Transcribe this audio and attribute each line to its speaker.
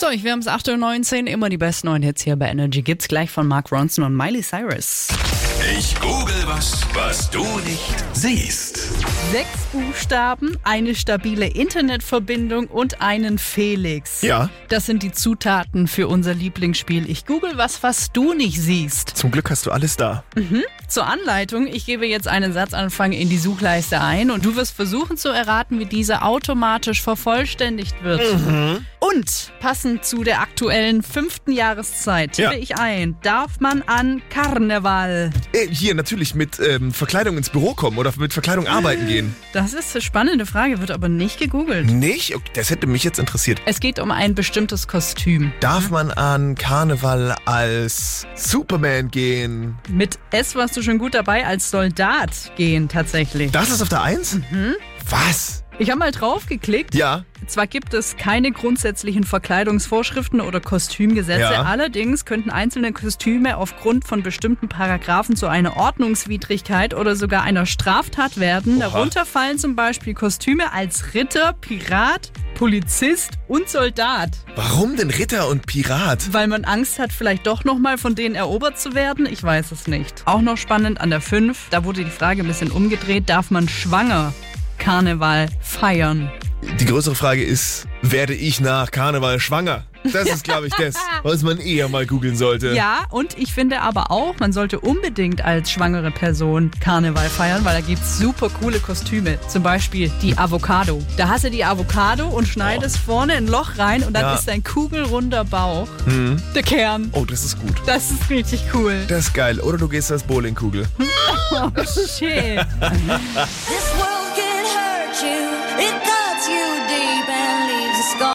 Speaker 1: So, ich wir haben es 8.19 Uhr, immer die besten neuen Hits hier bei Energy. Gibt's gleich von Mark Ronson und Miley Cyrus.
Speaker 2: Ich google was, was du nicht siehst.
Speaker 1: Sechs Buchstaben, eine stabile Internetverbindung und einen Felix.
Speaker 3: Ja.
Speaker 1: Das sind die Zutaten für unser Lieblingsspiel. Ich google was, was du nicht siehst.
Speaker 3: Zum Glück hast du alles da.
Speaker 1: Zur Anleitung, ich gebe jetzt einen Satzanfang in die Suchleiste ein und du wirst versuchen zu erraten, wie dieser automatisch vervollständigt wird.
Speaker 3: Mhm.
Speaker 1: Und passend zu der aktuellen fünften Jahreszeit tippe
Speaker 3: Ja.
Speaker 1: ich ein, darf man an Karneval.
Speaker 3: Äh, hier natürlich mit ähm, Verkleidung ins Büro kommen oder mit Verkleidung arbeiten gehen.
Speaker 1: Das ist eine spannende Frage, wird aber nicht gegoogelt.
Speaker 3: Nicht? Okay, Das hätte mich jetzt interessiert.
Speaker 1: Es geht um ein bestimmtes Kostüm.
Speaker 3: Darf man an Karneval als Superman gehen?
Speaker 1: Mit S warst du schon gut dabei, als Soldat gehen tatsächlich.
Speaker 3: Das ist auf der Eins? Was?
Speaker 1: Ich habe mal drauf geklickt.
Speaker 3: Ja.
Speaker 1: Zwar gibt es keine grundsätzlichen Verkleidungsvorschriften oder Kostümgesetze,
Speaker 3: Ja.
Speaker 1: allerdings könnten einzelne Kostüme aufgrund von bestimmten Paragraphen zu einer Ordnungswidrigkeit oder sogar einer Straftat werden. Darunter fallen zum Beispiel Kostüme als Ritter, Pirat, Polizist und Soldat,
Speaker 3: Warum denn Ritter und Pirat?
Speaker 1: weil man Angst hat, vielleicht doch nochmal von denen erobert zu werden. Ich weiß es nicht. Auch noch spannend an der 5, da wurde die Frage ein bisschen umgedreht, darf man schwanger Karneval feiern?
Speaker 3: Die größere Frage ist, werde ich nach Karneval schwanger? Das ist, glaube ich, das, was man eher mal googeln sollte.
Speaker 1: Ja, und ich finde aber auch, man sollte unbedingt als schwangere Person Karneval feiern, weil da gibt's super coole Kostüme. Zum Beispiel die Avocado. Da hast du die Avocado und schneidest vorne ein Loch rein und dann
Speaker 3: Ja.
Speaker 1: ist dein kugelrunder Bauch der Kern.
Speaker 3: Oh, das ist gut.
Speaker 1: Das ist richtig cool.
Speaker 3: Das ist geil. Oder du gehst als Bowlingkugel.
Speaker 1: Shit.
Speaker 4: This